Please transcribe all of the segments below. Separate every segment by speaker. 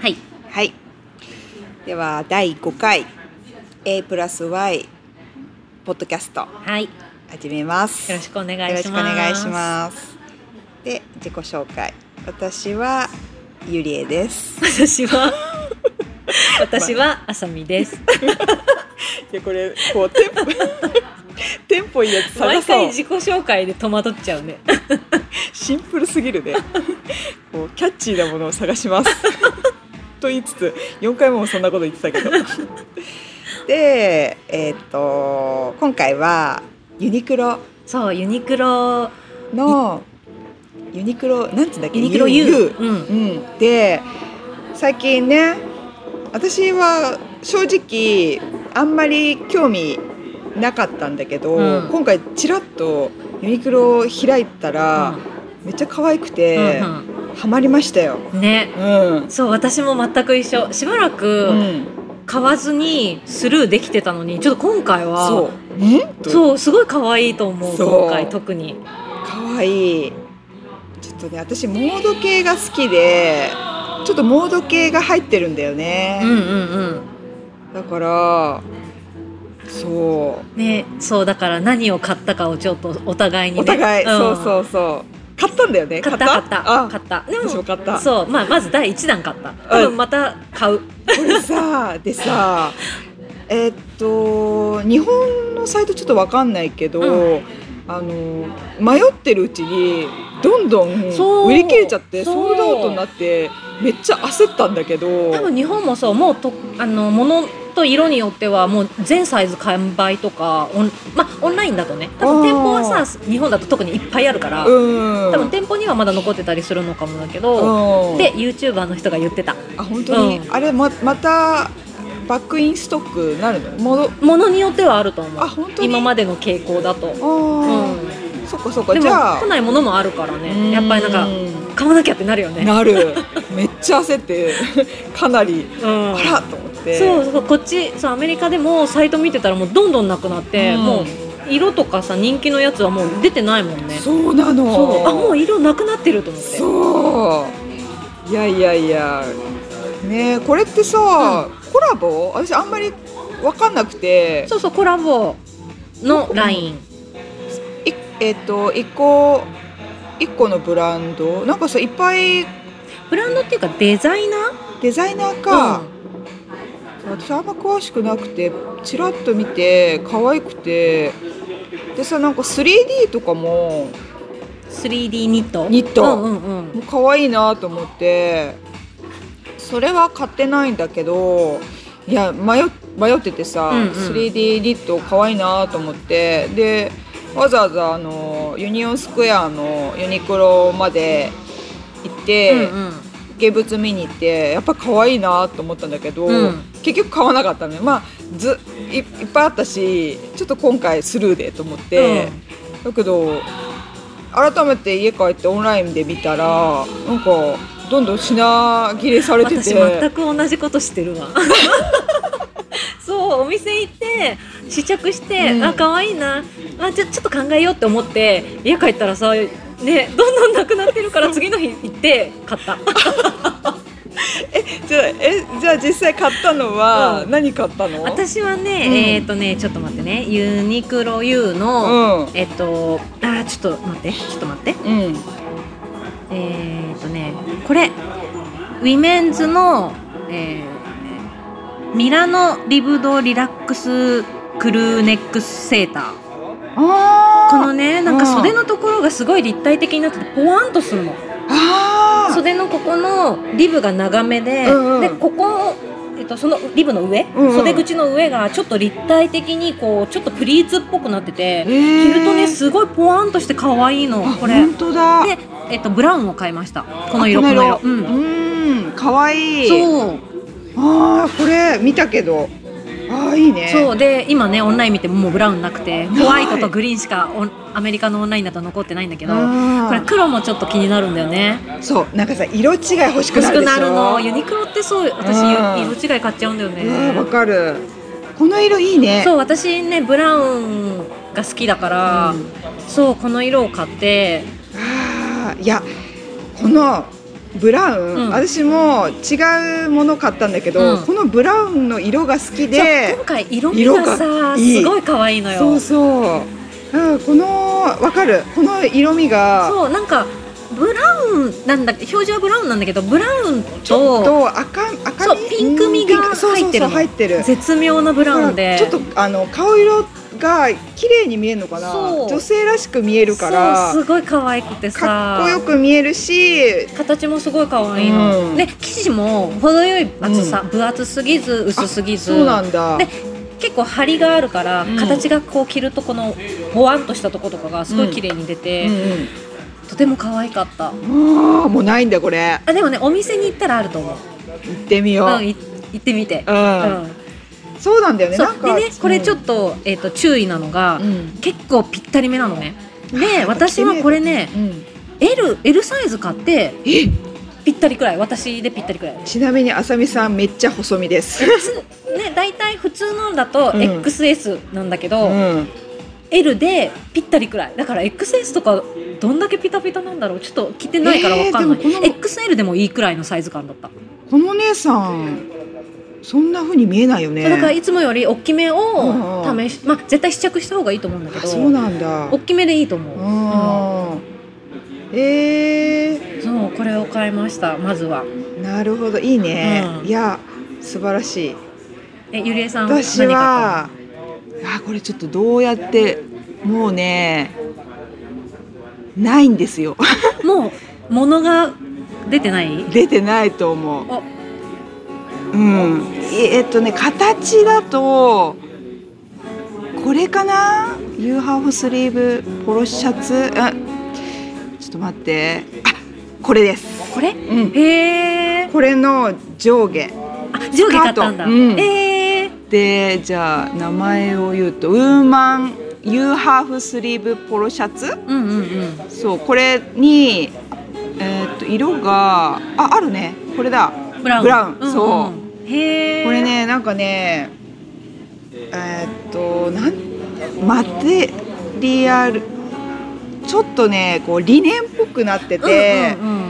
Speaker 1: はい
Speaker 2: はい。では第5回 A プラス Y ポッドキャスト
Speaker 1: はいよ
Speaker 2: 始めます。
Speaker 1: ろしくお願いします
Speaker 2: よろしくお願いします。で自己紹介。私はゆりえです。
Speaker 1: 私は私はあさみ です
Speaker 2: でこれこうテンポ テンポいいやつ
Speaker 1: 毎回自己紹介で戸惑っちゃうね
Speaker 2: シンプルすぎるね。こうキャッチーなものを探します。 と言いつつ4回もそんなこと言ってたけど。で、えっ、と今回はユニクロ
Speaker 1: そうユニクロ
Speaker 2: のユニクロなんつうんだっけ
Speaker 1: ユニクロ U, うん
Speaker 2: うん、で最近ね私は正直あんまり興味なかったんだけど、
Speaker 1: うん
Speaker 2: 今回ちらっとユニクロを開いたら、めっちゃ可愛くて、
Speaker 1: うん
Speaker 2: ハマりましたよ。
Speaker 1: うんね
Speaker 2: うん。
Speaker 1: そう私も全く一緒しばら
Speaker 2: う
Speaker 1: く
Speaker 2: ん。
Speaker 1: 買わずにスルーできてたのにちょっと今回は
Speaker 2: そう。うん。う。
Speaker 1: そうすごい可愛いと思う
Speaker 2: そう
Speaker 1: 今回特に
Speaker 2: 可愛いちょっとね、私モード系が好きで、ちょっとモード系が入ってるんだよね
Speaker 1: う。んうんうん
Speaker 2: だから。そ。
Speaker 1: ねそうだから何を買ったかをちょっとお互いうにね
Speaker 2: お互い、
Speaker 1: ん
Speaker 2: そうそうそう。買ったんだよね。
Speaker 1: 買った買った
Speaker 2: あ、
Speaker 1: 買ったで
Speaker 2: 私も
Speaker 1: も
Speaker 2: 買った。
Speaker 1: そうまあまず第一弾買った多分また買う
Speaker 2: これ さ、でさ。えーっと、日本のサイトちょっとわかんないけど。
Speaker 1: う
Speaker 2: あの迷ってるうちにどんどん
Speaker 1: そう
Speaker 2: 売り切れちゃって
Speaker 1: そう
Speaker 2: ソールドアウトになってめっちゃ焦ったんだけど
Speaker 1: 多分日本もそうもうとあの物と色によってはもう全サイズ完売とかオン,、まあ、オンラインだとね多分店舗はさ日本だと特にいっぱいあるから、
Speaker 2: うん
Speaker 1: 多分店舗にはまだ残ってたりするのかもだけど、
Speaker 2: うん
Speaker 1: で YouTuber の人が言ってた
Speaker 2: あ本当に、
Speaker 1: う
Speaker 2: あれままたバックインストックなるの戻あ
Speaker 1: ものによってはあると思う
Speaker 2: あ本当に
Speaker 1: 今までの傾向だと、
Speaker 2: ー、
Speaker 1: う
Speaker 2: そっかそっ
Speaker 1: ん、で
Speaker 2: か
Speaker 1: も
Speaker 2: じゃあ
Speaker 1: 来ないものもあるからねやっぱりなんか
Speaker 2: う
Speaker 1: 買わなきゃってなるよ
Speaker 2: ん
Speaker 1: ね、
Speaker 2: なるめっちゃ焦って かなり
Speaker 1: うん
Speaker 2: あ、らと思って
Speaker 1: そうそうこっちそうアメリカでもサイト見てたらもうどんどんなくなって、
Speaker 2: うん
Speaker 1: もう色とかさ人気のやつはもう出てないもんね
Speaker 2: そうなの
Speaker 1: そうあもう色なくなってると思って
Speaker 2: そういやいやいやねえこれってさ、コラボ私あんまり分かんなくて
Speaker 1: そうそうコラボのライン
Speaker 2: いえっ、と一個一個のブランドなんかさいっぱい
Speaker 1: ブランドっていうかデザイナ
Speaker 2: デザイナー
Speaker 1: ー
Speaker 2: か、私あんま詳しくなくてちらっと見て可愛くてでさなんか 3D とかも
Speaker 1: うん、3D ニット
Speaker 2: ニット
Speaker 1: うんうんうん
Speaker 2: もう可愛いなと思ってそれは買ってないんだけどいや迷っ迷っててさ、
Speaker 1: うんうん
Speaker 2: 3D ニット可愛いなと思ってでわざわざあのユニオンスクエアのユニクロまで行って、
Speaker 1: うん
Speaker 2: 芸物見に行ってやっぱ可愛いなと思ったんだけど、
Speaker 1: うん
Speaker 2: 結局買わなかったのよまあずいいっぱいあったしちょっと今回スルーでと思って、だけど改めて家帰ってオンラインで見たらなんかどんどん品切れされて
Speaker 1: 私
Speaker 2: て
Speaker 1: 全く同じことしてるわ そうお店行って試着して、
Speaker 2: うん
Speaker 1: あ可愛いなあちょちょっと考えようって思って家帰ったらさねどんどんなくなってるから次の日行って買 った
Speaker 2: じゃあえじゃあ実際買ったのは
Speaker 1: うん
Speaker 2: 何買ったの、
Speaker 1: 私はね、
Speaker 2: うん
Speaker 1: えっ、とねちょっと待ってねユニクロ U の、
Speaker 2: う
Speaker 1: えっとあーちょっと待ってちょっと待って
Speaker 2: んうん
Speaker 1: えっ、とねこれウィメンズの、えーミラノリブドリラックスクルーネックスセーター
Speaker 2: あー
Speaker 1: このねなんか
Speaker 2: うん
Speaker 1: 袖のところがすごい立体的になっててポワンとするの
Speaker 2: あー
Speaker 1: 袖のここのリブが長めで、
Speaker 2: うんうん
Speaker 1: でここを、えっと、そのリブの上、
Speaker 2: うんうん
Speaker 1: 袖口の上がちょっと立体的にこうちょっとプリーツっぽくなってて、
Speaker 2: えー
Speaker 1: 着るとねすごいポワンとして可愛いの
Speaker 2: あ
Speaker 1: これ
Speaker 2: 本当だ
Speaker 1: で、えっと、ブラウンを買いましたこの色
Speaker 2: こ
Speaker 1: こ
Speaker 2: の
Speaker 1: の
Speaker 2: 色
Speaker 1: 色うん
Speaker 2: うん可愛い
Speaker 1: そう
Speaker 2: ああこれ見たけどああいいね
Speaker 1: そううで今ねオンライン見てももうブラウンなくてホワイトとグリーンしかオンアメリカのオンラインだと残ってないんだけどこれ黒もちょっと気になるんだよね
Speaker 2: そうなんかさ色違い欲しく
Speaker 1: 欲
Speaker 2: な
Speaker 1: し
Speaker 2: る
Speaker 1: く
Speaker 2: でしょ
Speaker 1: なるのユニクロってそう私
Speaker 2: うん
Speaker 1: 色違い買っちゃうんだよね
Speaker 2: うんわかるこの色いいね
Speaker 1: そう私ねブラウンが好きだから、
Speaker 2: うん
Speaker 1: そうこの色を買って
Speaker 2: ああいやこのブラウン、
Speaker 1: うん
Speaker 2: 私も違うもの買ったんだけ
Speaker 1: う
Speaker 2: ど、
Speaker 1: ん
Speaker 2: このブラウンの色が好き
Speaker 1: そう
Speaker 2: で
Speaker 1: 今回色味がさ
Speaker 2: 色がいい
Speaker 1: すごい可愛いのよ
Speaker 2: そうそう、うん、このわかるこの色味が
Speaker 1: そうなんかブラウンなんだ表示はブラウンなんだけどブラウン
Speaker 2: ちょ
Speaker 1: と
Speaker 2: っと赤赤
Speaker 1: そうピンク味が
Speaker 2: うんピンクそうそう
Speaker 1: 入ってる
Speaker 2: そ
Speaker 1: の
Speaker 2: う入ってる
Speaker 1: 絶妙なブラウンで
Speaker 2: だからちょっとあの顔色が綺麗に見えるのかな
Speaker 1: そう
Speaker 2: 女性らしく見えるから
Speaker 1: そうすごい可愛くてさ
Speaker 2: かっこよく見えるし
Speaker 1: 形もすごい可愛いの、
Speaker 2: うん
Speaker 1: で生地も程よい厚さ、分厚すぎず薄すぎず
Speaker 2: そうなんだ
Speaker 1: で結構張りがあるから、
Speaker 2: うん
Speaker 1: 形がこう着るとこのボワンとしたとことかがすごい綺麗に出て、
Speaker 2: う
Speaker 1: とても可愛かった
Speaker 2: ん、あーもうないんだこれ
Speaker 1: あでもねお店に行ったらあると思う、
Speaker 2: 行ってみよう、
Speaker 1: う
Speaker 2: うん
Speaker 1: ん、い行ってみて、うん
Speaker 2: そうなんだよね
Speaker 1: そ
Speaker 2: なん
Speaker 1: う
Speaker 2: か
Speaker 1: でねこれちょっ
Speaker 2: と、
Speaker 1: と,、えー、と注意なのが、
Speaker 2: うん
Speaker 1: 結構ぴったりめなのね
Speaker 2: は
Speaker 1: で
Speaker 2: い
Speaker 1: 私はこれね
Speaker 2: うん、
Speaker 1: L, L サイズ買って
Speaker 2: え
Speaker 1: ぴったりくらい私でぴったりくらい
Speaker 2: ちなみにあさみさんめっちゃ細身です、
Speaker 1: ね大体普通のだと
Speaker 2: うん
Speaker 1: XS なんだけど、
Speaker 2: うん、
Speaker 1: L でぴったりくらいだから XS とかどんだけピタピタなんだろうちょっと着てないからわかんない、
Speaker 2: えーでもこの
Speaker 1: XL でもいいくらいのサイズ感だった、
Speaker 2: この姉さんそんな風に見えないよね
Speaker 1: そうだからいつもより大きめを
Speaker 2: うんうん
Speaker 1: 試し、まあ絶対試着した方がいいと思うんだけ
Speaker 2: あそう
Speaker 1: ど
Speaker 2: なんだ
Speaker 1: 大きめでいいと思う、
Speaker 2: うんえー、
Speaker 1: そうこれを買いましたまずは
Speaker 2: なるほどいいね、
Speaker 1: うん
Speaker 2: いや素晴らしい
Speaker 1: えゆりえさん
Speaker 2: 私
Speaker 1: 何買っ
Speaker 2: はあこれちょっとどうやってもうねないんですよ
Speaker 1: たのもう物が出てない
Speaker 2: 出てないと思う
Speaker 1: あ
Speaker 2: うんええっとね形だとこれかな U ハーフスリーブポロシャツあちょっと待ってあこれです、
Speaker 1: これ
Speaker 2: うん、
Speaker 1: へえ
Speaker 2: これの上下
Speaker 1: あ上下買ったんだ、
Speaker 2: スカートうん
Speaker 1: えー
Speaker 2: でじゃあ名前を言うとウーマン U ハーフスリーブポロシャツ
Speaker 1: うんうんうん
Speaker 2: そうこれにえーっと色がああるねこれだ
Speaker 1: ブラウン
Speaker 2: ブラウン
Speaker 1: うんうん
Speaker 2: そう
Speaker 1: へえ
Speaker 2: これねなんかねえーっとなんマテリアルちょっとねこう理念っぽくなってて、
Speaker 1: うんうんうん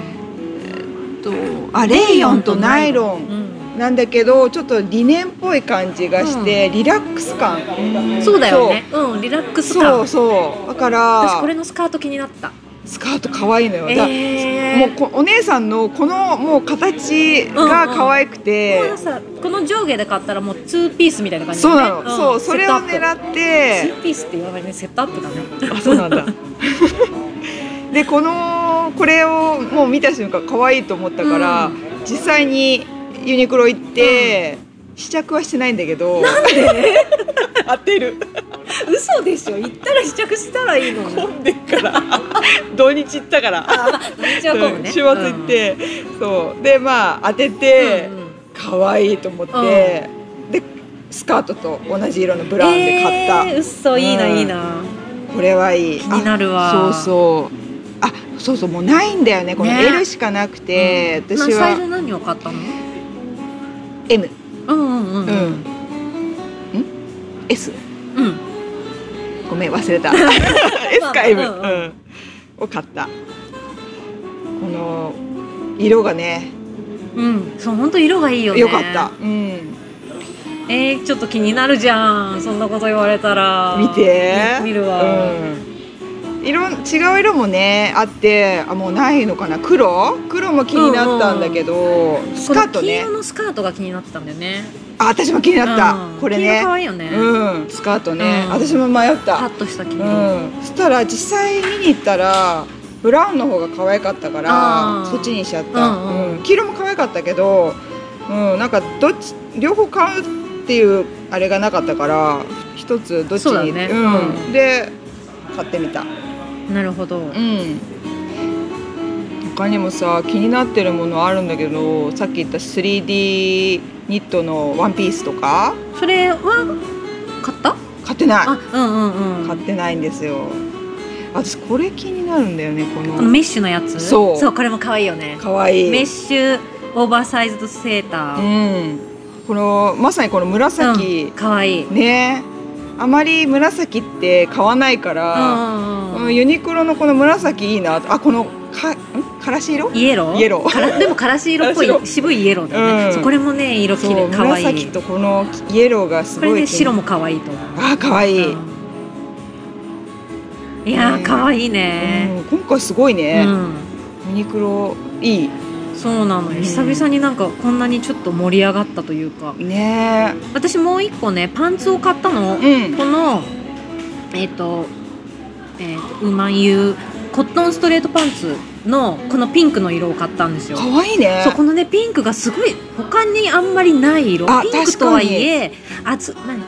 Speaker 2: とあレイヨンとナイロン
Speaker 1: ン、
Speaker 2: なんだけどちょっと理念っぽい感じがして、リラックス感
Speaker 1: うんそうだよねうんリラックス
Speaker 2: そ
Speaker 1: 感
Speaker 2: うそうだか
Speaker 1: 私これ
Speaker 2: ら
Speaker 1: のスカート気になった
Speaker 2: スカート可愛いのよ、だ
Speaker 1: え
Speaker 2: も
Speaker 1: ー、
Speaker 2: うこお姉さんのこのもう形が可愛くて、
Speaker 1: もうさこの上下で買ったらもうツーピースみたいな感じ
Speaker 2: そうなの、
Speaker 1: ん
Speaker 2: そうそれを
Speaker 1: セットアップ
Speaker 2: 狙って
Speaker 1: ツーピースって言わないねセットアップだね
Speaker 2: あそうなんだでこのこれをもう見た瞬間可愛いと思ったから、
Speaker 1: う
Speaker 2: 実際にユニクロ行って、試着はしてないんだけどなんで 当てる
Speaker 1: 嘘でしょ行ったら試着したらいいのに
Speaker 2: 混んでっから 土日行ったから
Speaker 1: 日曜
Speaker 2: う
Speaker 1: 混む
Speaker 2: ん
Speaker 1: ね
Speaker 2: 週末行って、そうでまあ当てて、
Speaker 1: うんうん
Speaker 2: 可愛いと思って、でスカートと同じ色のブラウンで買った、
Speaker 1: えー、嘘いいな、
Speaker 2: うん
Speaker 1: いいな
Speaker 2: これはいい
Speaker 1: 気になる
Speaker 2: あ
Speaker 1: わ
Speaker 2: そうそうあそうそうもうないんだよねこの
Speaker 1: ね
Speaker 2: L しかなくて、
Speaker 1: うん
Speaker 2: 私
Speaker 1: なサイ
Speaker 2: は
Speaker 1: ズ何を買ったの
Speaker 2: M
Speaker 1: うんうんうん
Speaker 2: う、
Speaker 1: うんん、
Speaker 2: ん S
Speaker 1: うん、
Speaker 2: ごめん 忘れた S
Speaker 1: まあま
Speaker 2: か
Speaker 1: あ
Speaker 2: M、
Speaker 1: うんう
Speaker 2: うんを買ったこの色がね
Speaker 1: うん、そう本当色がいいよ
Speaker 2: 良
Speaker 1: ね
Speaker 2: かった、うん、
Speaker 1: えー、ちょっと気になるじゃんそんなこと言われたら
Speaker 2: 見て
Speaker 1: み見るわ、
Speaker 2: うん、色違う色もねあってあもうないのかな黒黒も気になったんだけど、ス
Speaker 1: この
Speaker 2: カート
Speaker 1: 黄
Speaker 2: ね
Speaker 1: 色のスカートが気になってたんだよね
Speaker 2: あ私も気になった、
Speaker 1: うん
Speaker 2: これ
Speaker 1: 黄色可
Speaker 2: ね
Speaker 1: 愛いよね、
Speaker 2: うんスカートね、
Speaker 1: うん
Speaker 2: 私も迷
Speaker 1: カ
Speaker 2: った
Speaker 1: ッとした黄
Speaker 2: う
Speaker 1: 色、
Speaker 2: んそしたら実際見に行ったらブラウンの方が可愛かったか
Speaker 1: あ
Speaker 2: ら
Speaker 1: ー
Speaker 2: そっちにしちゃった、
Speaker 1: うんうん
Speaker 2: 黄色も可愛かったけど、うん、なんかどっち両方買うっていうあれがなかったから一つどっち
Speaker 1: そうだ
Speaker 2: に
Speaker 1: ね
Speaker 2: うん
Speaker 1: うん
Speaker 2: で買ってみた
Speaker 1: なるほど、
Speaker 2: うん他にもさ気になってるものあるんだけどさっき言った 3D ニットのワンピースとか
Speaker 1: それは買った
Speaker 2: 買ってない
Speaker 1: あうんうんう
Speaker 2: 買っ
Speaker 1: ん
Speaker 2: てないんですよ私これ気になるんだよねこ
Speaker 1: この
Speaker 2: の
Speaker 1: メッシュのやつ
Speaker 2: そう
Speaker 1: これも可愛いよね
Speaker 2: かわい
Speaker 1: メッ
Speaker 2: い
Speaker 1: シュオーバーサイズドセータ
Speaker 2: う
Speaker 1: ー、
Speaker 2: んこのまさにこの紫
Speaker 1: うん、可愛いうん
Speaker 2: ねあまり紫って買わないか
Speaker 1: う
Speaker 2: ら
Speaker 1: ん
Speaker 2: う
Speaker 1: うん
Speaker 2: んユニクロのこの紫いいなあこのかんからし色
Speaker 1: イエロー
Speaker 2: イエロー
Speaker 1: からでもからし色っぽ
Speaker 2: からし色
Speaker 1: い渋いイエローだよね、
Speaker 2: うん
Speaker 1: そうこれもね色綺
Speaker 2: そう
Speaker 1: 麗可愛い
Speaker 2: 紫とこのイエローが
Speaker 1: こ
Speaker 2: すごい
Speaker 1: れね
Speaker 2: 気に
Speaker 1: 白も可愛いと思う
Speaker 2: あー可愛いい、
Speaker 1: いやー可愛いね、
Speaker 2: うん今回すごいね、ユニクロいい
Speaker 1: うん、そうなの
Speaker 2: う
Speaker 1: よ
Speaker 2: ん
Speaker 1: 久々になんかこんなにちょっと盛り上がったというか
Speaker 2: ね
Speaker 1: 私もう一個ねパンツを買ったの、
Speaker 2: うん
Speaker 1: このえっ、と,、えー、とウーマンユーコットンストレートパンツのこのピンクの色を買ったんですよ
Speaker 2: 可愛いね
Speaker 1: そうこのねピンクがすごい他にあんまりない色
Speaker 2: あ
Speaker 1: ピンクとはいえあず何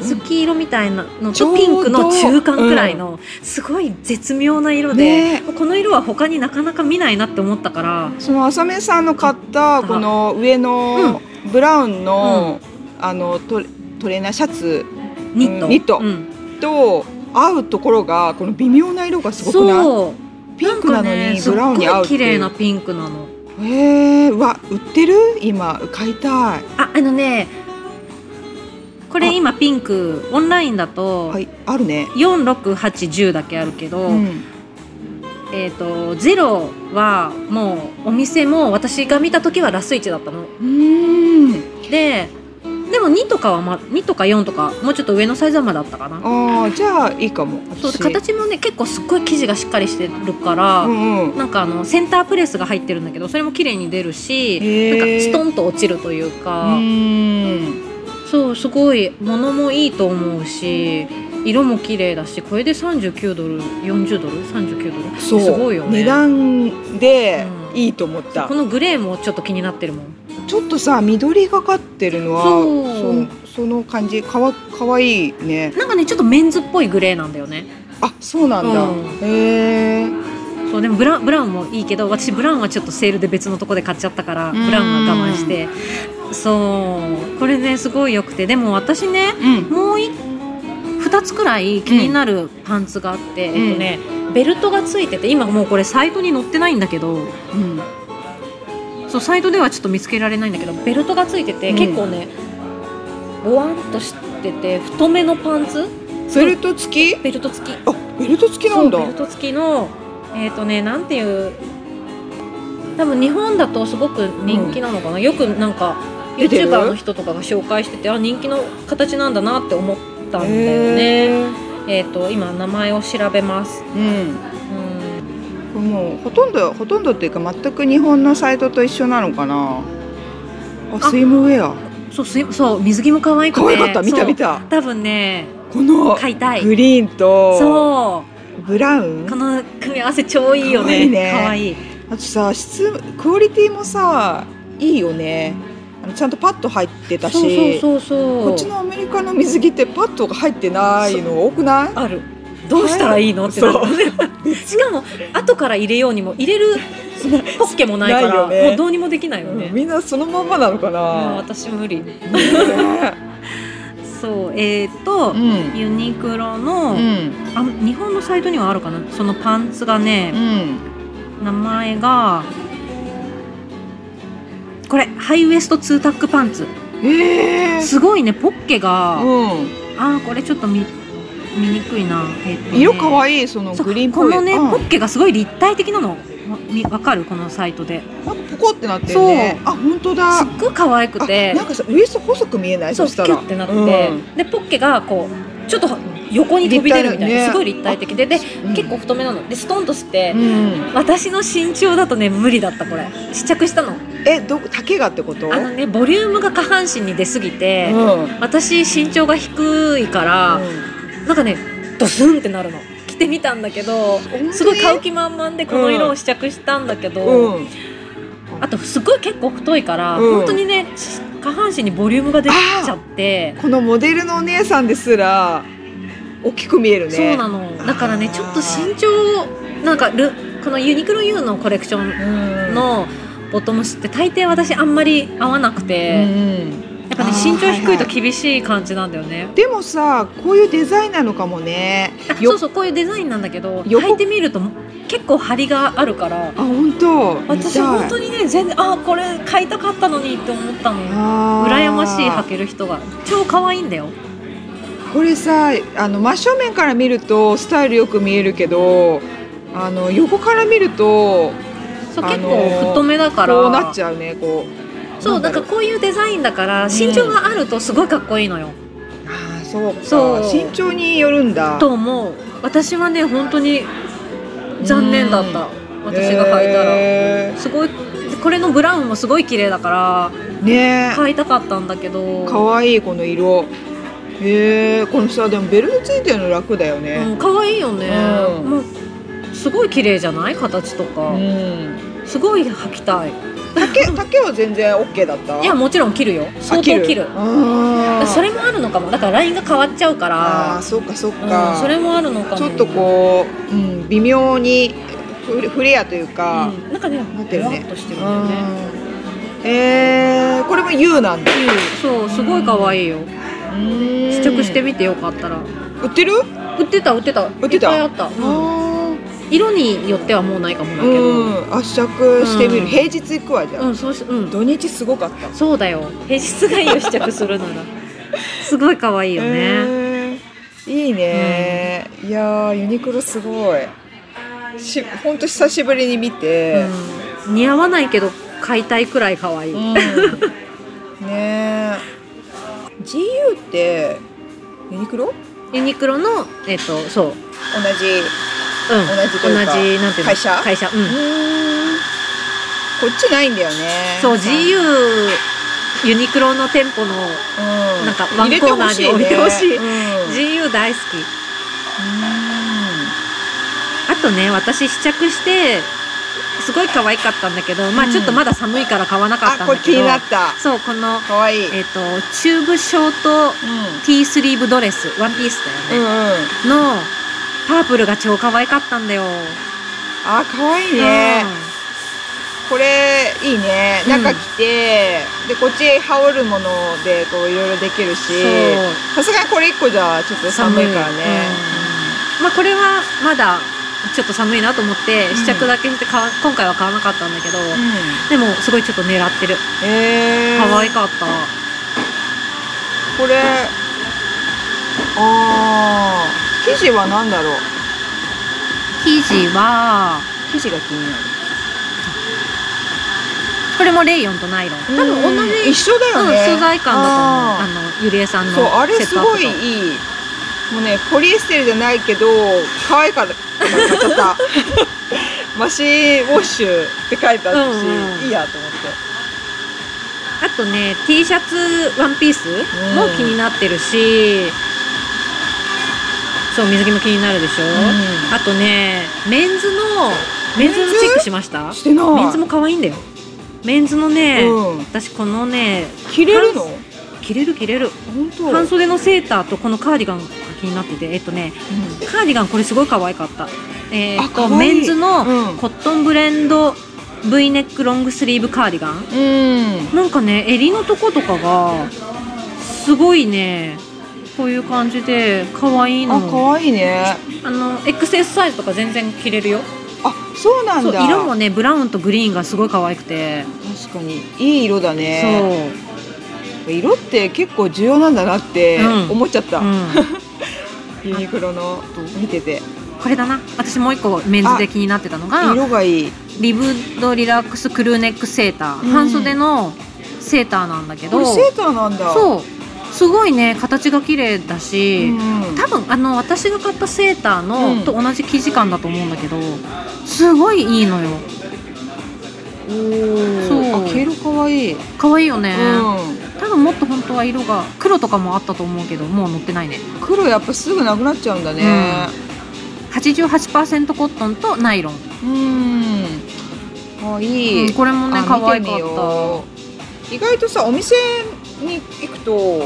Speaker 1: 小豆色みたいなの
Speaker 2: ちょう
Speaker 1: と
Speaker 2: ど
Speaker 1: ピンクの中間くらいのすごい絶妙な色で、
Speaker 2: ね
Speaker 1: この色は他になかなか見ないなって思ったから
Speaker 2: その浅目さんの買ったこの上のブラウンの、あのトレトレーナーシャツ
Speaker 1: ニット,、
Speaker 2: うんニット
Speaker 1: うん
Speaker 2: と合うところがこの微妙な色がすごくない
Speaker 1: そう
Speaker 2: ピンクなのにブラウンに合うって
Speaker 1: すっごい綺
Speaker 2: い
Speaker 1: 麗
Speaker 2: う
Speaker 1: なピンクなの
Speaker 2: へえー、うわ売ってる今買いたい
Speaker 1: ああのねこれ今ピンクオンラインだと
Speaker 2: はいあるね
Speaker 1: 46810だけあるけど、
Speaker 2: うん
Speaker 1: えー、とゼロはもうお店も私が見た時はラスイチだったの
Speaker 2: うーん
Speaker 1: ででも2とかは、ま、2とか4とかもうちょっと上のサイズはまだあったかな
Speaker 2: あーじゃあいいかも
Speaker 1: そうで
Speaker 2: 私
Speaker 1: 形もね結構すっごい生地がしっかりしてるから、
Speaker 2: うんうん
Speaker 1: なんかあのセンタープレスが入ってるんだけどそれも綺麗に出るし
Speaker 2: へ
Speaker 1: な
Speaker 2: ー
Speaker 1: んかストンと落ちるという
Speaker 2: う
Speaker 1: か、
Speaker 2: ーん
Speaker 1: そうすごい物もいいと思うし色も綺麗だしこれで39ドル40ドル39ドル
Speaker 2: そう
Speaker 1: すごいよね
Speaker 2: 値段で
Speaker 1: うん
Speaker 2: いいと思った、
Speaker 1: このグレーもちょっと気になってるもん
Speaker 2: ちょっとさ緑がかってるのは
Speaker 1: そう
Speaker 2: そその感じかわかわいいね
Speaker 1: なんかねちょっとメンズっぽいグレーなんだよね
Speaker 2: あそうなんだ、
Speaker 1: うん
Speaker 2: へえ
Speaker 1: そうでもブラウンブラウンもいいけど私ブラウンはちょっとセールで別のとこで買っちゃったから
Speaker 2: ん
Speaker 1: ブラウンは我慢してそうこれねすごい良くてでも私ね
Speaker 2: うん
Speaker 1: もうい2つくらい気になるパンツがあって、
Speaker 2: ん
Speaker 1: えっとねベルトがついてて今もうこれサイトに載ってないんだけど
Speaker 2: うん
Speaker 1: そうサイトではちょっと見つけられないんだけどベルトがついてて、
Speaker 2: うん
Speaker 1: 結構ねボワンとしてて太めのパンツ
Speaker 2: ベルト付き
Speaker 1: ベルト付き
Speaker 2: あベルト付きなんだ
Speaker 1: そうベルト付きのえっ、とねなんていう多分日本だとすごく人気なのかな、よくなんか
Speaker 2: 出てる
Speaker 1: YouTuber の人とかが紹介しててあ人気の形なんだなって思ったんだよ
Speaker 2: へ
Speaker 1: ね
Speaker 2: え
Speaker 1: えっ、と今名前を調べます
Speaker 2: うん
Speaker 1: うん
Speaker 2: これもうほとんどほとんどっていうか全く日本のサイトと一緒なのかなあ
Speaker 1: あ
Speaker 2: スイムウェア
Speaker 1: そうすいそう水着も可愛くて
Speaker 2: 可愛かった見た
Speaker 1: そう
Speaker 2: 見た
Speaker 1: 多分ね
Speaker 2: この
Speaker 1: 買いたい
Speaker 2: グリーンと
Speaker 1: そ
Speaker 2: ブラウ
Speaker 1: う
Speaker 2: ン
Speaker 1: この組み合わせ超いいよ
Speaker 2: 可愛い
Speaker 1: ね
Speaker 2: ね
Speaker 1: 可愛いい
Speaker 2: あとさ質クオリティもさいいよねあのちゃんとパッと入ってたし
Speaker 1: そうそうそうそう
Speaker 2: こっちのアメリカの水着ってパッとが入ってないの多くない
Speaker 1: あるどうしたらいいのってなる しかも後から入れようにも入れるポッケもないから
Speaker 2: ないよね
Speaker 1: もうどうにもできないよ
Speaker 2: う
Speaker 1: ね、
Speaker 2: んみんなそのまんまなのか
Speaker 1: もう
Speaker 2: な、
Speaker 1: 私無理
Speaker 2: ね
Speaker 1: そうえっ、と、
Speaker 2: うん
Speaker 1: ユニクロの、
Speaker 2: うん
Speaker 1: あ日本のサイトにはあるかなそのパンツが
Speaker 2: う
Speaker 1: ね、
Speaker 2: ん
Speaker 1: 名前がこれハイウエストツータックパンツ
Speaker 2: えー
Speaker 1: すごいねポッケが、あ
Speaker 2: う
Speaker 1: あーこれちょっと見見にくいな、えっと
Speaker 2: ん、
Speaker 1: ね
Speaker 2: 色可愛いその
Speaker 1: そう
Speaker 2: グリーンっぽ
Speaker 1: こ
Speaker 2: い
Speaker 1: のね、
Speaker 2: うん
Speaker 1: ポッケがすごい立体的なのわみわかるこのサイトで
Speaker 2: あポコってなってるねあ本当だ
Speaker 1: すっごい可愛くて
Speaker 2: あなんかさウエスト細く見えない
Speaker 1: そ
Speaker 2: そうし
Speaker 1: キ
Speaker 2: た
Speaker 1: ュ
Speaker 2: ら
Speaker 1: ッてなってて、でポッケがこうちょっと横に飛び出るみたいな、
Speaker 2: 立体ね
Speaker 1: すごい立体的でで、
Speaker 2: うん
Speaker 1: 結構太めなのでストンとして、
Speaker 2: うんうん
Speaker 1: 私の身長だとね無理だったこれ試着したの
Speaker 2: えど丈がってこと
Speaker 1: あのねボリュームが下半身に出すぎて、
Speaker 2: うん
Speaker 1: 私身長が低いから、なんかねドスンってなるの着てみたんだけど
Speaker 2: うん
Speaker 1: すごい買う気満々でこの色を試着したんだけど、
Speaker 2: うん
Speaker 1: あとすごい結構太いから、
Speaker 2: うん
Speaker 1: 本当にねし下半身にボリュームが出ちゃって、
Speaker 2: このモデルのお姉さんですら大きく見えるね
Speaker 1: そうなのだからね
Speaker 2: あー
Speaker 1: ちょっと身長をなんかルこのユニクロ U のコレクション
Speaker 2: うん
Speaker 1: のボトムスって大抵私あんまり合わなく
Speaker 2: う
Speaker 1: て、
Speaker 2: ん
Speaker 1: やっぱね
Speaker 2: あー
Speaker 1: 身長低いと
Speaker 2: はいは
Speaker 1: 厳しい感じなんだよね、
Speaker 2: でもさこういうデザインなのかもね
Speaker 1: あそうそうこういうデザインなんだけど
Speaker 2: 横
Speaker 1: 履いてみると結構張りがあるから
Speaker 2: あ本当
Speaker 1: 私本当
Speaker 2: に
Speaker 1: にね全然あーこれ買いたかったのにって思ったのよ羨ましい履ける人が超可愛いんだよ
Speaker 2: これさあの真正面から見るとスタイルよく見えるけどあの横から見ると
Speaker 1: そう
Speaker 2: あのー
Speaker 1: 結構太めだから
Speaker 2: こうなっちゃうねこう
Speaker 1: そう
Speaker 2: な
Speaker 1: なんん
Speaker 2: だろ
Speaker 1: か
Speaker 2: う
Speaker 1: こういうデザインだから
Speaker 2: ん
Speaker 1: 身長があるとすごいかっこいいのよ、
Speaker 2: ああそうか
Speaker 1: そう
Speaker 2: 身長によるんだ
Speaker 1: と思う私はね本当に残念だった私が履いたら、
Speaker 2: へ
Speaker 1: すごいこれのブラウンもすごい綺麗だから
Speaker 2: ーね
Speaker 1: 買いたかったんだけど
Speaker 2: えかわいいこの色へえこのさでもベルトついてるの楽だよ
Speaker 1: う
Speaker 2: ね
Speaker 1: ん、可愛いよね、
Speaker 2: うん
Speaker 1: もうすごい綺麗じゃない形と
Speaker 2: う
Speaker 1: か、
Speaker 2: ん
Speaker 1: すごい履きたい
Speaker 2: 丈丈は全然 OK だった
Speaker 1: いやもちろん切るよ相当切る
Speaker 2: あー
Speaker 1: それもあるのかもだからラインが変わっちゃうか
Speaker 2: あ
Speaker 1: ら
Speaker 2: ーそうかそう
Speaker 1: うん、
Speaker 2: か
Speaker 1: それもあるのかも
Speaker 2: ちょっとこう、うん、微妙にフレフレアというか、
Speaker 1: うんなんかね
Speaker 2: なってるね
Speaker 1: ぼわっとしてるんだよね
Speaker 2: うんえー、これも U なんだ
Speaker 1: そうすごい可愛いよ
Speaker 2: 試
Speaker 1: 試着してみてよかったら
Speaker 2: 売ってる、
Speaker 1: 売ってた売ってた
Speaker 2: 売って
Speaker 1: いっ
Speaker 2: た
Speaker 1: ぱいあった、うん
Speaker 2: あ
Speaker 1: 色によってはもうないかもだ
Speaker 2: あ
Speaker 1: けどうん、
Speaker 2: うんあ試着してみ
Speaker 1: う
Speaker 2: る、
Speaker 1: ん
Speaker 2: 平日行くわじゃあ、
Speaker 1: そうしうん
Speaker 2: 土日すごかった
Speaker 1: そうだよ平日がいいよ試着するなら すごい可愛いよね、
Speaker 2: えーいいね、いやーユニクロすごいし本当久しぶりに見て、
Speaker 1: うん似合わないけど買いたいくらい可愛い、
Speaker 2: うんねえ GU ってユニクロ
Speaker 1: ユニクロのえっとそう、うん、
Speaker 2: 同じ
Speaker 1: 同
Speaker 2: じというか
Speaker 1: なんていうの
Speaker 2: 会社
Speaker 1: 会社、うん
Speaker 2: うーんこっちないんだよね
Speaker 1: そう
Speaker 2: なんか
Speaker 1: GU ユニクロの店舗の
Speaker 2: うん
Speaker 1: なんかワンコーナーに
Speaker 2: 入れてほしい
Speaker 1: 置いてほしい
Speaker 2: ねうんう
Speaker 1: GU 大好きあとね私試着してすごい可愛かったんだけど、ま
Speaker 2: う
Speaker 1: あ
Speaker 2: ん
Speaker 1: ちょっとまだ寒いから買わなかった
Speaker 2: あ
Speaker 1: ん
Speaker 2: こ
Speaker 1: だ
Speaker 2: れ
Speaker 1: け
Speaker 2: 気
Speaker 1: ど、
Speaker 2: になった
Speaker 1: そうこの
Speaker 2: かわいい、
Speaker 1: えっ、とチューブショート T スリーブドレスワンピースだ
Speaker 2: うん、う
Speaker 1: よ
Speaker 2: ん
Speaker 1: ね、
Speaker 2: うん
Speaker 1: のパープルが超可愛かったんだよ
Speaker 2: あかわいいね
Speaker 1: うん
Speaker 2: これいいね
Speaker 1: うん
Speaker 2: 中着て、でこっち羽織るものでこういろいろできるし
Speaker 1: そ
Speaker 2: さすがにこれ一個じゃちょっと寒いから
Speaker 1: 寒
Speaker 2: ね
Speaker 1: いうんまあこれはまだちょっと寒いなと思って
Speaker 2: うん
Speaker 1: 試着だけして買わ今回は買わなかったんだけど、
Speaker 2: うん、
Speaker 1: でもすごいちょっと狙ってる
Speaker 2: えー、
Speaker 1: 可愛かった、
Speaker 2: これあー生地は何だろう
Speaker 1: 生地は
Speaker 2: 生地が気になる
Speaker 1: これもレイヨンとナイロン多分同じ、
Speaker 2: うん一緒だよね、
Speaker 1: うん素材感だと思うあ
Speaker 2: あ
Speaker 1: のゆりえさん
Speaker 2: ー
Speaker 1: の
Speaker 2: そうあれ
Speaker 1: セッ
Speaker 2: す
Speaker 1: トアップ
Speaker 2: ご
Speaker 1: と
Speaker 2: いいいもうねポリエステルじゃないけど可愛いから買っちゃったマシーウォッシュって書いてあるし、
Speaker 1: うんうん
Speaker 2: いいやと思って
Speaker 1: あとね T シャツワンピース
Speaker 2: ん
Speaker 1: も気になってるし、そう水着も気になるでしょ、
Speaker 2: ん
Speaker 1: あとねメンズのメンズ
Speaker 2: メン
Speaker 1: の
Speaker 2: ズ
Speaker 1: チェックしました
Speaker 2: してない
Speaker 1: メンズも可愛いんだよメンズのね、
Speaker 2: うん
Speaker 1: 私このね
Speaker 2: 着れるの
Speaker 1: 半着れる着れる
Speaker 2: 本当
Speaker 1: 半袖のセーターとこのカーディガンが気になっててえっとね
Speaker 2: う
Speaker 1: カーディガンこれすごい可愛かったえーっ
Speaker 2: あ
Speaker 1: と
Speaker 2: 可愛い
Speaker 1: メンズ
Speaker 2: う
Speaker 1: の
Speaker 2: ん
Speaker 1: コットンブレンド V ネックロングスリーブカーディガン
Speaker 2: ん、
Speaker 1: なんかね襟のとことかがすごいねこういう感じで可愛いの
Speaker 2: あ可愛いね
Speaker 1: あの XS サイズとか全然着れるよ
Speaker 2: あそうなん
Speaker 1: そ
Speaker 2: だ
Speaker 1: う色もねブラウンとグリーンがすごい可愛くて、
Speaker 2: 確かにいい色だね色って結構重要なんだなって
Speaker 1: うん
Speaker 2: 思っちゃった、
Speaker 1: そう、 うん、
Speaker 2: ユニクロの見てて
Speaker 1: これだな私もう一個メンズで気になってたのが
Speaker 2: 色がいい
Speaker 1: リブドリラックスクルーネックセーター、
Speaker 2: うん
Speaker 1: 半袖のセーターなんだけ
Speaker 2: こ
Speaker 1: ど
Speaker 2: れセーターなんだう、
Speaker 1: そうすごいね形が綺麗だし、
Speaker 2: ん、
Speaker 1: 多分あの私が買ったセーターの、
Speaker 2: うん
Speaker 1: と同じ生地感だと思うんだけどすごいいいのよ
Speaker 2: お
Speaker 1: そう
Speaker 2: おあ毛色かわいい、
Speaker 1: 可愛いよね、
Speaker 2: う
Speaker 1: 多分もっと本当は色が黒とかもあったと思うけどもう乗ってないね
Speaker 2: ん、黒やっぱすぐなくなっちゃうんだね
Speaker 1: 88%コットンとナイロン、
Speaker 2: うん、あいい、
Speaker 1: うんこれもね
Speaker 2: あ
Speaker 1: 可愛
Speaker 2: 見
Speaker 1: か
Speaker 2: てみ
Speaker 1: っ
Speaker 2: よう意外とさお店に行くと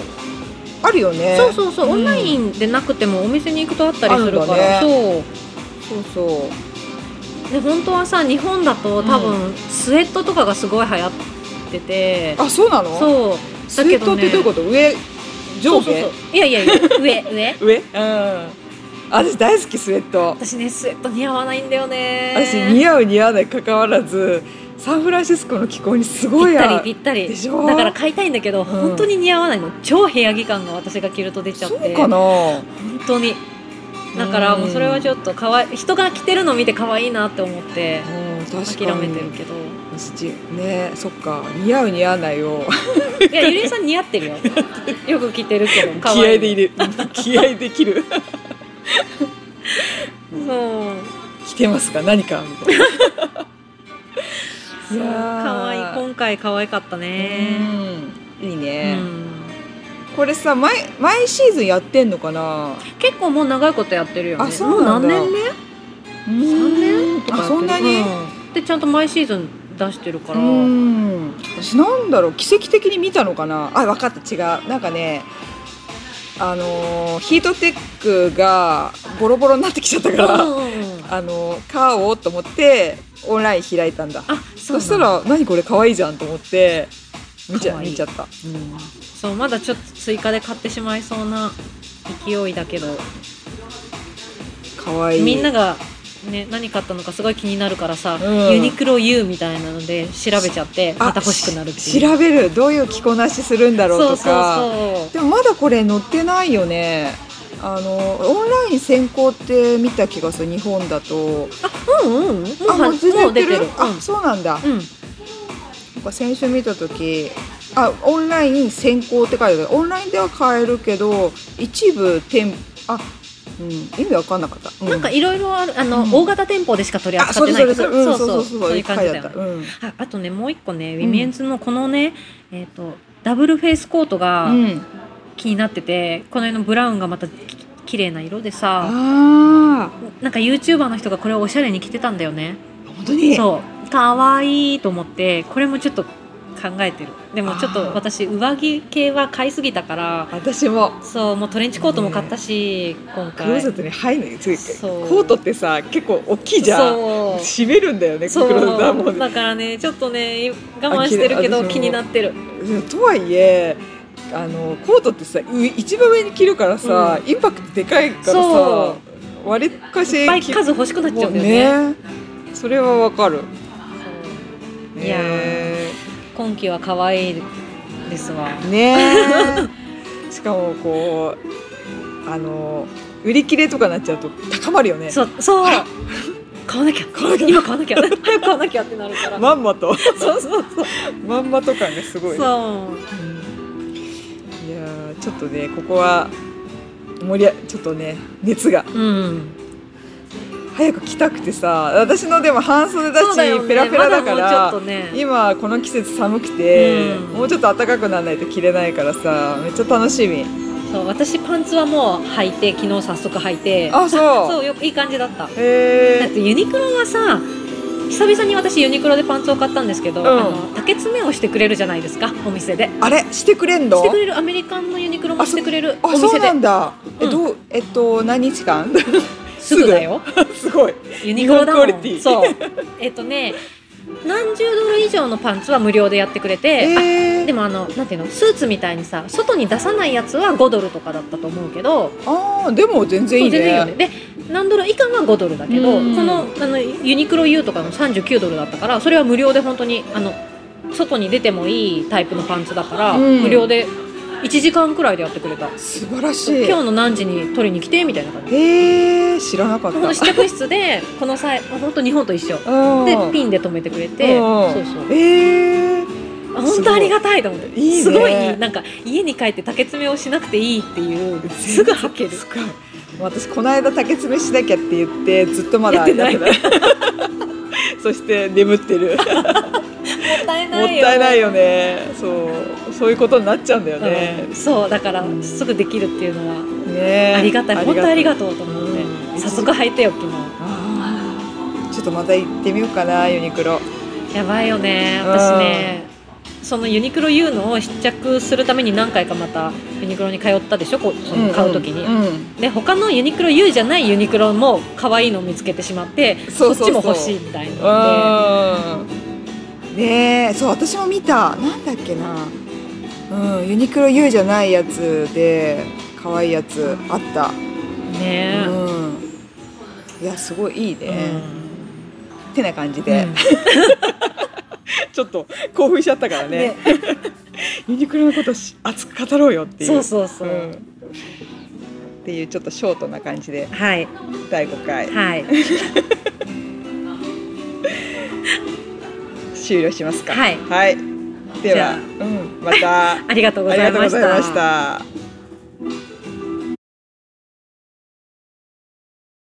Speaker 2: あるよね
Speaker 1: たそうそうそう、
Speaker 2: うん
Speaker 1: オンラインでなくてもお店に行くとあったりするから
Speaker 2: あるんだ
Speaker 1: そう
Speaker 2: そうそう
Speaker 1: で本当はさ日本だと多分、スウェットとかがすごい流行ってて
Speaker 2: あそうなの
Speaker 1: そう
Speaker 2: ス
Speaker 1: だ
Speaker 2: ウェ
Speaker 1: け
Speaker 2: ット
Speaker 1: ど、
Speaker 2: っ
Speaker 1: ね、
Speaker 2: てどういうこと上上下
Speaker 1: そうそうそういやいやいや上上
Speaker 2: 上うん私大好きスウェット
Speaker 1: 私ねスウェット似合わないんだよね
Speaker 2: 私似合う似合わないかかわらずサンフランシスコの気候にすご
Speaker 1: ぴ
Speaker 2: い
Speaker 1: っ
Speaker 2: 合
Speaker 1: た
Speaker 2: う
Speaker 1: りぴったり
Speaker 2: でしょ
Speaker 1: だから買いたいんだけど、本当に似合わないの超部屋着感が私が着ると出ちゃっ
Speaker 2: そ
Speaker 1: て
Speaker 2: うかな
Speaker 1: 本当にだからもうそれはちょっとかわい人が着てるの見て可愛いなって思って
Speaker 2: うん確かに
Speaker 1: 諦めてるけど
Speaker 2: 私じねそっか似合う似合わないを
Speaker 1: いやゆりえさん似合ってるよよく着てるけど可
Speaker 2: 気合
Speaker 1: 愛い
Speaker 2: で入れ 気合できる
Speaker 1: そう
Speaker 2: 着てますか何かみたいな
Speaker 1: そう
Speaker 2: いやー
Speaker 1: 可愛い今回可愛かったね
Speaker 2: うんいい
Speaker 1: うん
Speaker 2: ね、これさ毎毎シーズンやってんのかな
Speaker 1: 結構もう長いことやってるよね
Speaker 2: あそうなんだ
Speaker 1: もう何年
Speaker 2: 三
Speaker 1: 年目とか
Speaker 2: あそんなに
Speaker 1: 目でちゃんと毎シーズン出してるか
Speaker 2: う
Speaker 1: ら
Speaker 2: ん私なんだろう奇跡的に見たのかなあ分かった違うなんかねあのーヒートテックがボロボロになってきちゃったから、あのー買おうと思ってオンライン開いたんだ
Speaker 1: あ
Speaker 2: そうした
Speaker 1: なんだ
Speaker 2: ら何これ可愛いじゃんと思って見ちゃ
Speaker 1: 可愛い
Speaker 2: 見ちゃった
Speaker 1: うんそうまだちょっと追加で買ってしまいそうな勢いだけど
Speaker 2: 可愛い
Speaker 1: みんながね何買ったのかすごい気になるからさ、
Speaker 2: うん
Speaker 1: ユニクロ U みたいなので調べちゃって
Speaker 2: あ
Speaker 1: また欲しくなるって
Speaker 2: し
Speaker 1: いう
Speaker 2: 調べるどういう着こなしするんだろうと
Speaker 1: そ
Speaker 2: か
Speaker 1: うそうそう
Speaker 2: でもまだこれ載ってないよねあのオンライン先行って見た気がする日本だと
Speaker 1: うんうんもう
Speaker 2: あも
Speaker 1: は
Speaker 2: う全然
Speaker 1: も
Speaker 2: や
Speaker 1: う
Speaker 2: っ
Speaker 1: 出
Speaker 2: て
Speaker 1: て
Speaker 2: る
Speaker 1: る
Speaker 2: あそうなんだ、
Speaker 1: うん、うん、
Speaker 2: なんか先週見た時あオンライン先行って書いてあるオンラインでは買えるけど一部店あうん意味わかんなかった、う
Speaker 1: なんかいろいろあるあの、
Speaker 2: うん
Speaker 1: 大型店舗でしか取り
Speaker 2: あ
Speaker 1: 扱
Speaker 2: そ
Speaker 1: って
Speaker 2: れ
Speaker 1: ない
Speaker 2: そ
Speaker 1: と
Speaker 2: れ
Speaker 1: か
Speaker 2: それうんそうそうそう
Speaker 1: そう
Speaker 2: そう
Speaker 1: いう
Speaker 2: いう
Speaker 1: 感
Speaker 2: 回
Speaker 1: じ
Speaker 2: だ
Speaker 1: だ
Speaker 2: っ
Speaker 1: よ
Speaker 2: た、
Speaker 1: ね
Speaker 2: うん
Speaker 1: ああとねもう一個ねウィメンズのこのね、えっ、とダブルフェイスコートが
Speaker 2: うん、
Speaker 1: 気になってて、この辺のブラウンがまたき綺麗な色でさ
Speaker 2: あ
Speaker 1: なんか YouTuber の人がこれをおしゃれに着てたんだよね
Speaker 2: あ本当に
Speaker 1: そう可愛いと思ってこれもちょっと考えてるでもちょっ
Speaker 2: あ
Speaker 1: と
Speaker 2: ー
Speaker 1: 私上着系は買いすぎたから
Speaker 2: 私も
Speaker 1: そうもうトレンチコートも買ったし、今
Speaker 2: ク
Speaker 1: 回
Speaker 2: ローゼットに入るのつい
Speaker 1: そう
Speaker 2: コートってさ結構大きいじゃん
Speaker 1: そう
Speaker 2: 閉めるんだよねク
Speaker 1: そ
Speaker 2: ローゼットはもう
Speaker 1: うだからねちょっとね我慢してるけ
Speaker 2: あ
Speaker 1: ど
Speaker 2: 着る
Speaker 1: 気になってる
Speaker 2: とはいえあのコートってさう一番上に着るからさ、インパクトでかいからさ
Speaker 1: そ
Speaker 2: 割りかし
Speaker 1: いっぱい数欲しくなっちゃうんだよね
Speaker 2: もうねそれはわかる
Speaker 1: そういやー
Speaker 2: え
Speaker 1: 今季は可愛いですわ
Speaker 2: ーね えしかもこうあの売り切れとかなっちゃうと高まるよね
Speaker 1: そうそう
Speaker 2: あら
Speaker 1: 買わなきゃ
Speaker 2: 買わなきゃ
Speaker 1: 今買わ なきゃ早く買わなきゃってなるから、
Speaker 2: まんまと
Speaker 1: そうそうそう
Speaker 2: まんまと感がすごい
Speaker 1: そう
Speaker 2: いやーちょっとねここは盛りあちょっとね熱が
Speaker 1: うん、
Speaker 2: 早く着たくてさ私のでも半袖だし
Speaker 1: そうだよね
Speaker 2: ペラペラだか
Speaker 1: まだもうちょ
Speaker 2: ら
Speaker 1: っとね
Speaker 2: 今この季節寒くて、
Speaker 1: うん
Speaker 2: もうちょっと暖かくならないと着れないからさめっちゃ楽しみ
Speaker 1: そう私パンツはもう履いて昨日早速履いて
Speaker 2: あそう
Speaker 1: そうよいい感じだっただ
Speaker 2: へ
Speaker 1: ってユニクロがさ久々に私ユニクロでパンツを買ったんですけど、
Speaker 2: うん
Speaker 1: あの竹詰めをしてくれるじゃないですかお店で
Speaker 2: ー、あれしてくれんの
Speaker 1: してくれるアメリカンのユニクロもしてくれるお
Speaker 2: あそう
Speaker 1: 店で
Speaker 2: なんだえ,、
Speaker 1: うん
Speaker 2: どうえっと何日間
Speaker 1: すぐだよ
Speaker 2: すごい
Speaker 1: ユニクロだも
Speaker 2: 日本クオリティ
Speaker 1: んそう えっとね何十ドル以上のパンツは無料でやってくれて、
Speaker 2: えー、
Speaker 1: でもあのなんていうのスーツみたいにさ外に出さないやつは5ドルとかだったと思うけど
Speaker 2: あーでも全然いいね
Speaker 1: そう全然いいよねで何ドル以下は5ドルだけど、
Speaker 2: うん
Speaker 1: このあのユニクロ U とかの39ドルだったからそれは無料で本当にあの外に出てもいいタイプのパンツだから、
Speaker 2: うん
Speaker 1: 無料で1時間くらいでやってくれた
Speaker 2: 素晴らしい
Speaker 1: 今日の何時に取りに来てみたいな感じ
Speaker 2: えー、知らなかった
Speaker 1: この試着室でこの際本当日本と一緒でピ
Speaker 2: ン
Speaker 1: ンで止めてくれて
Speaker 2: う
Speaker 1: そ
Speaker 2: ん
Speaker 1: うそう
Speaker 2: えー、
Speaker 1: あ本当ありがたいと思って
Speaker 2: いいね
Speaker 1: すごいいいなんか家に帰って竹詰めをしなくていいって いうすぐ履ける
Speaker 2: すごい私この間竹詰めしなきゃって言ってずっとまだ
Speaker 1: やってない
Speaker 2: やってない そして眠ってる
Speaker 1: もったい
Speaker 2: もったいないよねそうそういうことになっちゃうんだよね
Speaker 1: うん、そうだからすぐできるっていうのは
Speaker 2: ね
Speaker 1: ありがたい本当ありがとうと思っ
Speaker 2: うん
Speaker 1: て早速履いてよ昨
Speaker 2: あーちょっとまた行ってみようかなユニクロ
Speaker 1: 日やばいよね
Speaker 2: うん
Speaker 1: 私ねそのユニクロ U のを試着するために何回かまたユニクロに通ったでしょこうその買う時に、
Speaker 2: うん
Speaker 1: で他のユニクロ U じゃないユニクロも可愛いのを見つけてしまって
Speaker 2: そうそうそう
Speaker 1: っちも欲しいみたいなの
Speaker 2: うんねえそう私も見たなんだっけなうんユニクロ U じゃないやつで可愛いやつあった
Speaker 1: でねえ、
Speaker 2: うん、いやすごいいいね、ってな感じ
Speaker 1: うん
Speaker 2: で、 ちょっと興奮しちゃったからね
Speaker 1: ね
Speaker 2: ユニクロのことし熱く語ろうよっていう
Speaker 1: そうそうそう、
Speaker 2: んっていうちょっとショートな感じで
Speaker 1: はい
Speaker 2: 第5回
Speaker 1: はい
Speaker 2: 終了しますか
Speaker 1: はい
Speaker 2: では、
Speaker 1: じ
Speaker 2: うん、また
Speaker 1: ありがとうご
Speaker 2: あり
Speaker 1: ざい
Speaker 2: がと
Speaker 1: ま
Speaker 2: うご
Speaker 1: し
Speaker 2: ざいま
Speaker 1: た
Speaker 2: し。た